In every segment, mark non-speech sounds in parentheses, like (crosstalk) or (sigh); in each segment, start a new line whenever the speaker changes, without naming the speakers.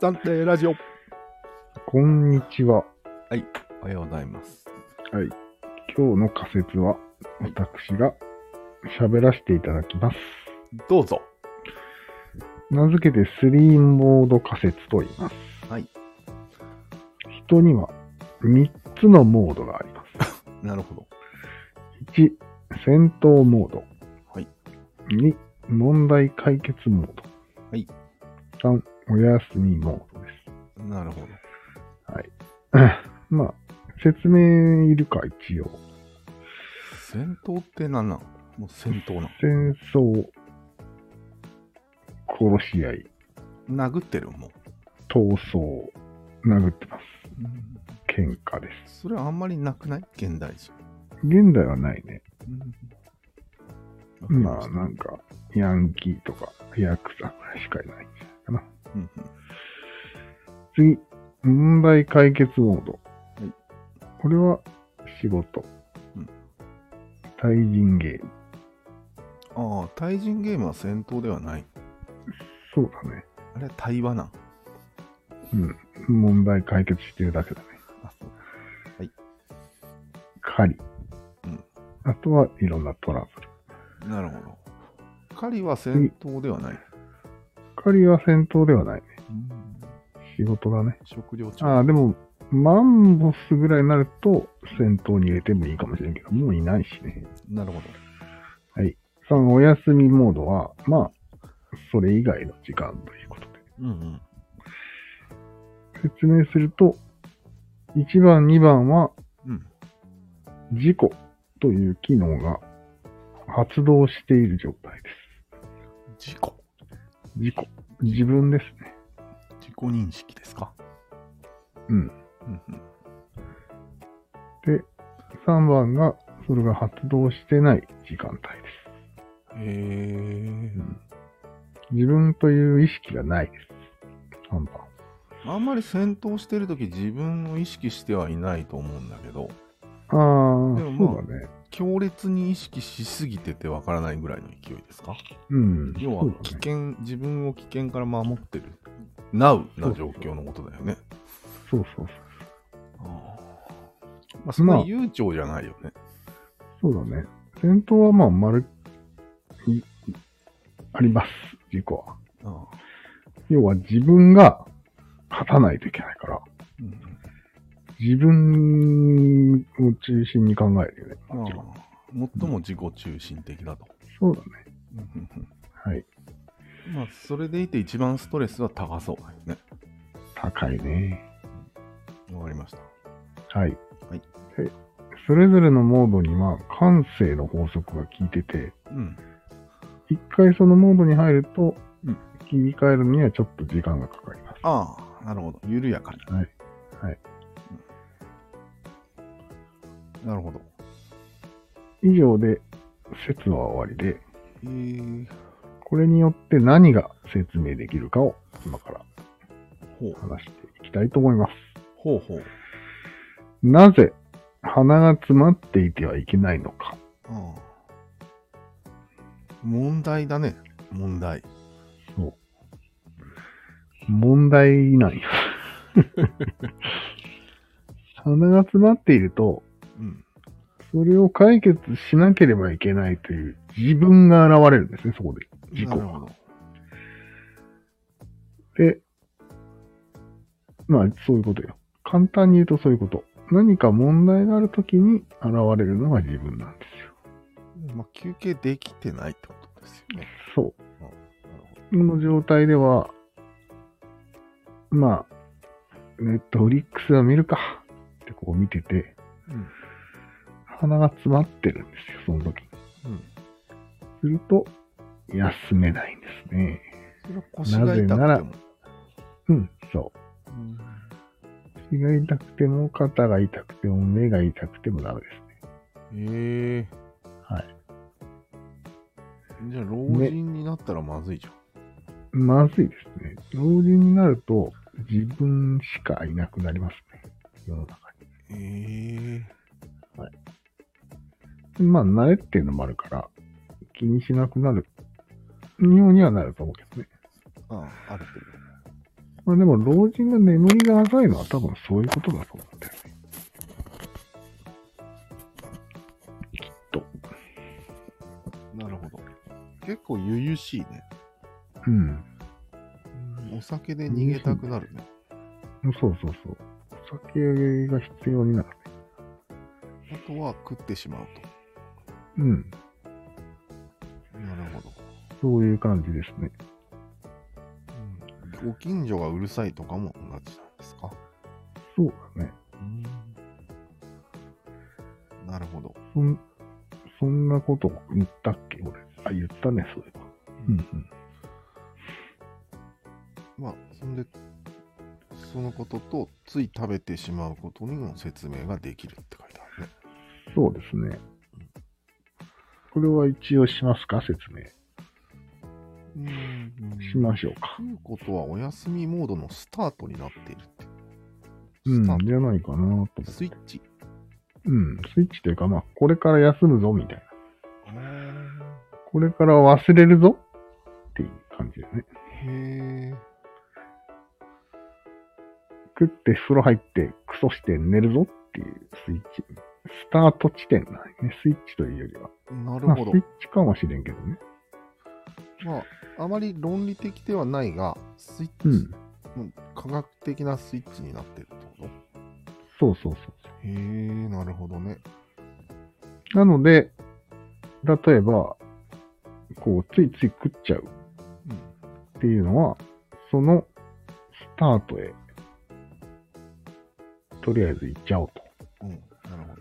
暫定ラジオ。
こんにちは。
おはようございます。
今日の仮説は、私が喋らせていただきます。
どうぞ。
名付けてスリーモード仮説と言います。
はい。
人には3つのモードがあります。
なるほど。
1、戦闘モード。
はい。
2、問題解決モード。
はい。
3、おやすみモードです。
なるほど。
(laughs) まあ、説明いるか、一応。
戦闘って何なんもう戦闘な
戦争、殺し合い、
の殴ってるもう、
闘争、殴ってます。
うん
喧嘩です。
それはあんまりなくない現代人。
現代はないね。
うん
まあ、なんか、ヤンキーとか、ヤクザぐらいしかいない。
うん
次、問題解決モード。
い
これは、仕事。
うん
対人ゲーム。
うんああ、対人ゲームは戦闘ではない。
そうだね。
あれは対話なん。
うん。問題解決してるだけだね。
あそう
狩り。
うん
あとはいろんなトラブル。
なるほど。狩りは戦闘ではない。
狩りは戦闘ではないね。
うん
仕事だね。
食料調
ああ、でも、マンモスぐらいになると戦闘に入れてもいいかもしれんけど、もういないしね。
なるほど。
そのお休みモードは、まあ、それ以外の時間ということ
うんうん。
で。説明すると、1番、2番は、
うん。
事故という機能が発動している状態で
事故。
す。事故。自分ですね。
自己認識ですか
うん。
うんうん。
3番が、それが発動してない時間帯で
へえ
す。うん。自分という意識がないです。3番。
あんまり戦闘してるとき自分を意識してはいないと思うんだけど、で
ああ、
もまあ
そうだね。
強烈に意識しすぎててわからないぐらいの勢いですか
うん。
要
そ
は
うだね
危険、自分を危険から守ってる、なうな状況のことだよね。
そうそう
あーまあ、そんな悠長じゃないよね。
そう。そうだね。戦闘はまあ、丸い、いあります。事故は。
ああ
要は自分が勝たないといけないから、
うん
自分を中心に考えるよね。
あ
もちろん。
あ最も自己中心的だと。
そうだね。
うんうんうん
はい。
まあ、それでいて一番ストレスは高そうだよね。
高いね。
わかりました。
はい。
はい
で、それぞれのモードには感性の法則が効いてて、
うん。
一回そのモードに入ると
うん、
切り替えるにはちょっと時間がかかります。
ああ、なるほど。緩やかに。
はい。はい
うん。なるほど。
以上で、説は終わりで、
えー、
これによって何が説明できるかを今から
ほう
話していきたいと思います。
ほうほう。
なぜ鼻が詰まっていてはいけないのか。
ああ問題だね。問題。
問題なんよ。 (laughs) 鼻が詰まっていると、
うん。
それを解決しなければいけないという自分が現れるんですね、そこで。事
な
故
る
が
ほど。
で、まあ、そういうことよ。簡単に言うとそういうこと。何か問題があるときに現れるのが自分なんですよ。
まあ、休憩できてないってことですよね。
そ
なるほど。
う。この状態では、まあ、ネットフリックスは見るかってこう見てて、
うん。
鼻が詰まってるんですよ、その時に。
うん。
すると、休めないんですね。
それは腰が痛くても。
なぜならうん、そう。
うん
腰が痛くても、肩が痛くても、目が痛くてもダメですね。
ええ。
はい
じゃあ、老人になったらまずいじゃん。
まずいですね。老人になると、自分しかいなくなりますね。世の中
え
に。まあ、慣れっていうのもあるから、気にしなくなるようにはなると思うけどね。
えああ、ある程
まあでも老人が眠りが浅いのは多分そういうことだと思うんだよね。きっと。
なるほど。結構悠々しいね。
うん。
お酒で逃げたくなるね。
そうそうそう。お酒が必要になるね。
あとは食ってしまう
うん。
と。なるほど。
そういう感じですね。
ご近所がうるさいとかも同じなんですか
そうだね。
なるほど。
そん、そんなこと言ったっけ俺。あ、言ったね、そういえば。うんうん。
まあ、そんで、そのことと、つい食べてしまうことにも説明ができるって書いてあるね。
そうですね。これは一応しますか説明。
うん
しましょうか。
ということは、お休みモードのスタートになっているって。
う
スタ
ん、
ー
じゃないかなと思って
ト、。スイッチ。
うん、スイッチというか、まあ、これから休むぞ、みたいな。これから忘れるぞっていう感じだよね。
へえ。
食って風呂入って、クソして寝るぞっていうスイッチ。スタート地点なんね。スイッチというよりは。
なる
まあ、ス
ほど
イ。ッチかもしれんけどね。
まあ、あまり論理的ではないが、スイッチ、
うん。
もう科学的なスイッチになってるってこと
そうそうそうそ
へえ、なるほどね。
う。なので、例えば、こう、ついつい食っちゃう
うん。
っていうのは、そのスタートへ、とりあえず行っちゃおうと。
うん、なるほ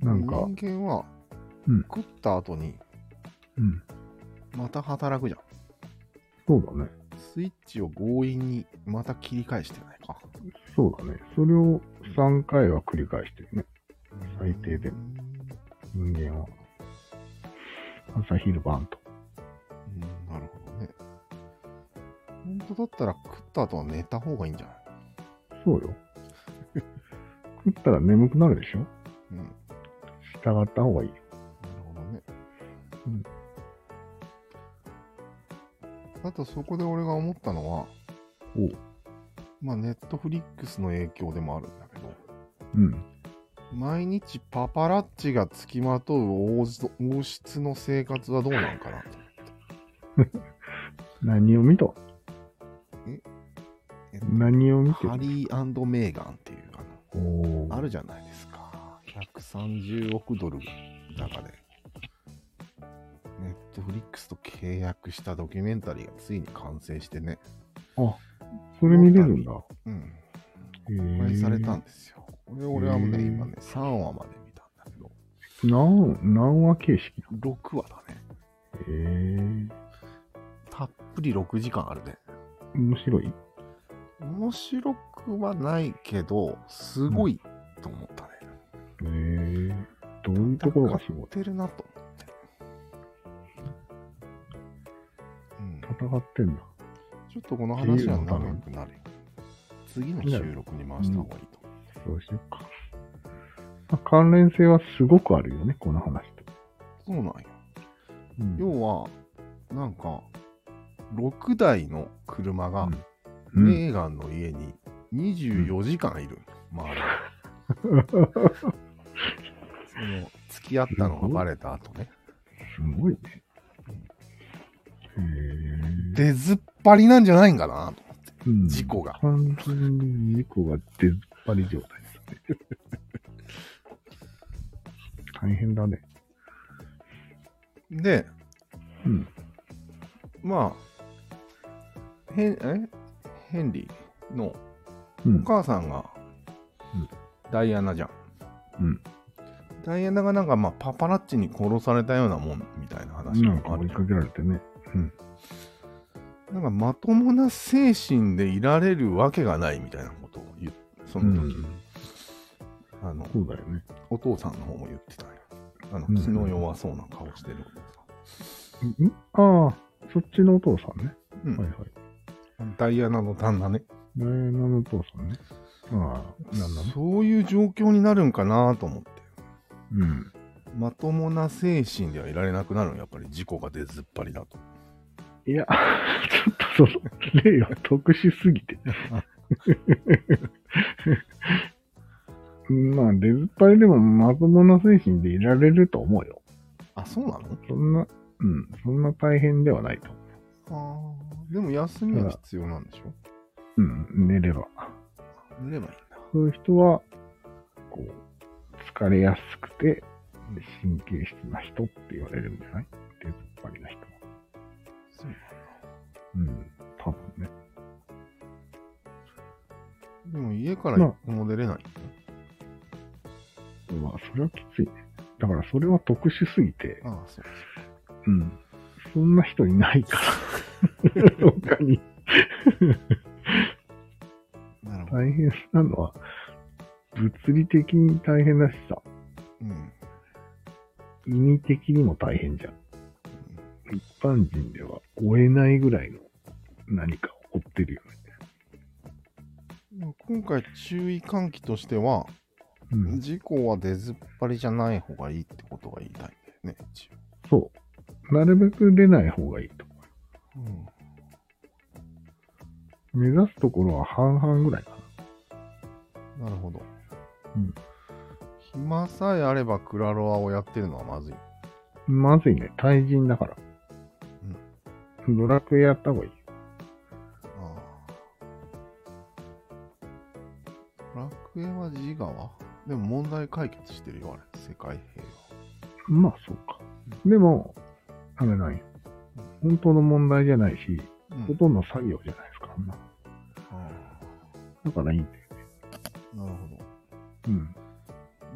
ど。
なんか、
人間は、
うん
食った後に、
うん。
また働くじゃん。
そうだね。
スイッチを強引にまた切り返してないか。
そうだね。それを3回は繰り返してるね。最低で
うん
人間は。朝昼晩と。
うんなるほどね。本当だったら食った後は寝た方がいいんじゃない
そうよ。 (laughs) 食ったら眠くなるでしょ
うん。な
従った方がいいよ。
るほどね。
うん
あとそこで俺が思ったのは、
おう。
まあネットフリックスの影響でもあるんだけど、
うん。
毎日パパラッチがつきまとう王子王室の生活はどうなんかなと。
何を見た
ええ
何を見て
ハリーメーガンっていうか
おお
なあるじゃないですか。130億ドルだかで、ネットフリックスと契約したドキュメンタリーがついに完成してね、
それ見れるんだ。公
うん、公開されたんですよ。これ俺はもうね、
へー
今ね、3話まで見たんだけど、
何、何話形式な
6話だね。
のへ
たっぷり6時間あるね。
え。面白い
面白くはないけど、すごいと思ったね。
へえ。どういうところがす
戦
ごい
ってるなと思って。うん、
戦ってんだ。
ちょっとこの話は
自由の
長
ために
くなるよ。次の収録に回した方がいいと思
そうしようか。まあ関連性はすごくあるよね、この話と。
う。そうなんよ。
うん
要は、なんか、6台の車が、
うん
メーガンの家に24時間いる。まあ、その、付き合ったのがバレた後ね。
すごいね。へえ。
出ずっぱりなんじゃないんかなと思って。
うん
事故が
完全に事故が出ずっぱり状態ですね。 (laughs) 大変だね。
で、
うん。
まあ、ヘンえヘンリーの
う
お
ん。
母さんが
うん
ダイアナじゃん。
うん
ダイアナがなんかまあパパラッチに殺されたようなもんみたいな話
なんか
もあ
追
る
い
じゃん
かけられてね。
なんかまともな精神でいられるわけがないみたいなことを言うその時、
うん
あの
そうだよね。
お父さんの方も言ってたんよ。あの
うん
気の弱そうな顔してるお父さ
んああ、そっちのお父さんね。
ん、うん
はいはい。
ダイアナの旦那ね。
ダイアナのお父さんね。ああ、なんだね。
そういう状況になるんかなと思って。
うん。
まともな精神ではいられなくなるのやっぱり事故が出ずっぱりだと。
いや、 (laughs) ちょっとその、例は特殊すぎて。 (laughs) まあ、出ずっぱりでもまともな精神でいられると思うよ。
あ、そうな
そんな、うん、そんな大変ではないと思
のああ。でも休みは必要なんでしょ
う。うん、寝れば。
寝ればいいんだ。
そういう人は、こう、疲れやすくて、神経質な人って言われるんじゃない出ずっぱりな人は。
そうなんだ
うん、多分ね。
でも家から
まあ
一歩も出れない。
まあ、それはきついね。だから、それは特殊すぎて、
ああ、そう
うん。そんな人いないから。 (laughs) 他に。
なるほど。
大変なのは、物理的に大変だしさ、
うん。
意味的にも大変じゃん。一般人では追えないぐらいの何か起こってるよね。
でも今回注意喚起としては、
うん。
事故は出ずっぱりじゃない方がいいってことが言いたいんだよね、一
そう。なるべく出ない方がいいと思
応。うん。
う。目指すところは半々ぐらいかな。
なるほど。
うん。
暇さえあればクラロワをやってるのはまずい。
まずいね。対人だから。ドラクエやった方がいい。
ああ。楽園は自我はでも問題解決してるよ、あれ。世界平
まあ、そうか。でも、あれないよ。本当の問題じゃないし、
和。うん
ほとんど作業じゃないですか。あんな
あ
だからいいんだよ。
あなるほど。
うん。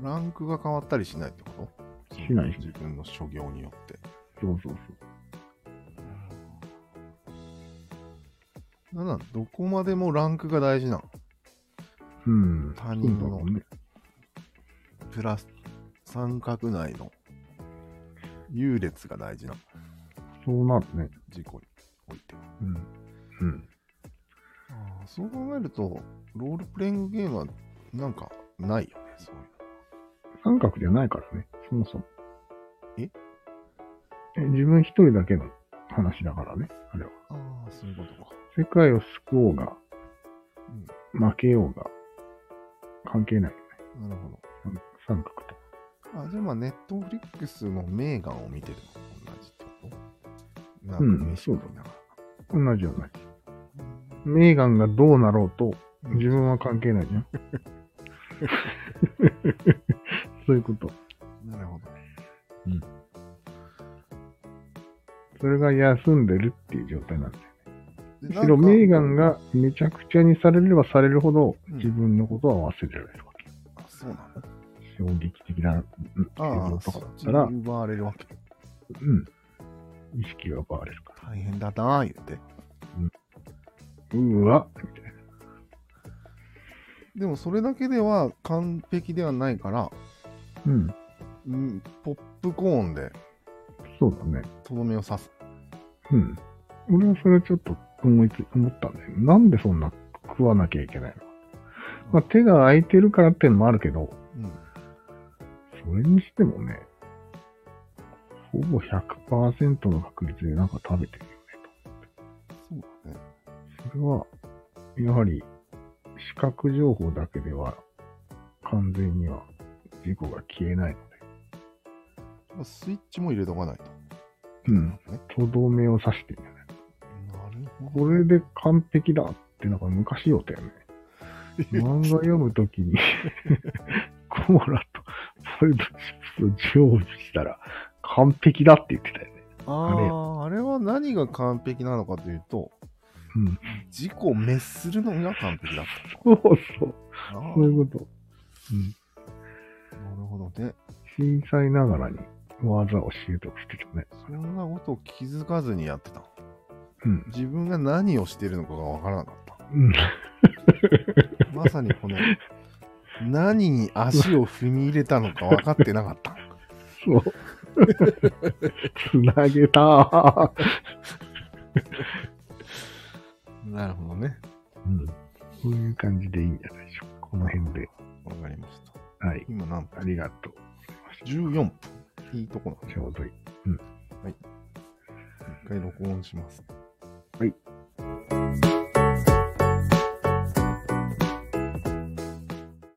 ランクが変わったりしないってこと
しない
自分の所業によって。
そうそう
なんなんどこまでもランクが大事なの
そう。うん。
他人の
そうだろうね。
プラス三角内の優劣が大事なの
そうなるね。
事故においては
うん。うん。
ああそう考えるとロールプレイングゲームはなんかないよねそういう
三角じゃないからね。そもそも。
え
え自分一人だけの話だからね。あれは。
のああそういうことか
世界を救おうが、負けようが、関係ない。
なるほど
三三角と。
あじゃあまあネットフリックスの名眼を見てるのと同じってことなん
うん
か飯食いながら、
同じような。メーガンがどうなろうと、
うん
自分は関係ないじゃん。 (laughs) そういうこと。
なるほど
それが休んでるっていう状態なんだよ。
で
むしろ
なんか
メーガンがめちゃくちゃにされればされるほど、
うん
自分のことは忘れられるわけ。
あそうなの
衝撃的なうん映像
ああ
と
そ
かだ
っ
っ
ち
た
に
ら、
奪われるわけ
うん。意識が奪われるか
大変だなあ言って
ら。うわみたいな。
でもそれだけでは完璧ではないから、
うん。
うん、ポップコーンで
そうだね。
とどめを刺す。
うん。俺はそれちょっと思いつ、思ったんだよ。なんでそんな食わなきゃいけないのまあ、手が空いてるからっていうのもあるけど、
うん、
それにしてもね、ほぼ100%の確率でなんか食べてるよね
そうだね。
と。それは、やはり、視覚情報だけでは、完全には事故が消えないので、
スイッチも入れとかないと。
うん
ね
とどめを刺してるんじゃない
なるほど。
これで完璧だって、なんか昔言おうたよね。漫画読むときに、 (laughs) コーラとポイブチップスを常備したら、完璧だって言ってたよね。
ああ、あれは何が完璧なのかというと、
うん。
自己を滅するのが完璧だっ
そうそう。
た。ああ
そう
なる
いうこと。うん。
ほどね。
小さいながらに技を習得してたね。
そんなことを気づかずにやってた。
うん。
自分が何をしているのかがわからなかった。
うん。
まさにこの、何に足を踏み入れたのか分かってなかった。
そう。 (laughs) つなげたー。
(laughs) なるほどね。
うん。そういう感じでいいんじゃないでしょうか。この辺で。
わかりました。
はい。
今何分
ありがとう。
?14 分。いいとこなの。
ちょうどいい。
一回録音します。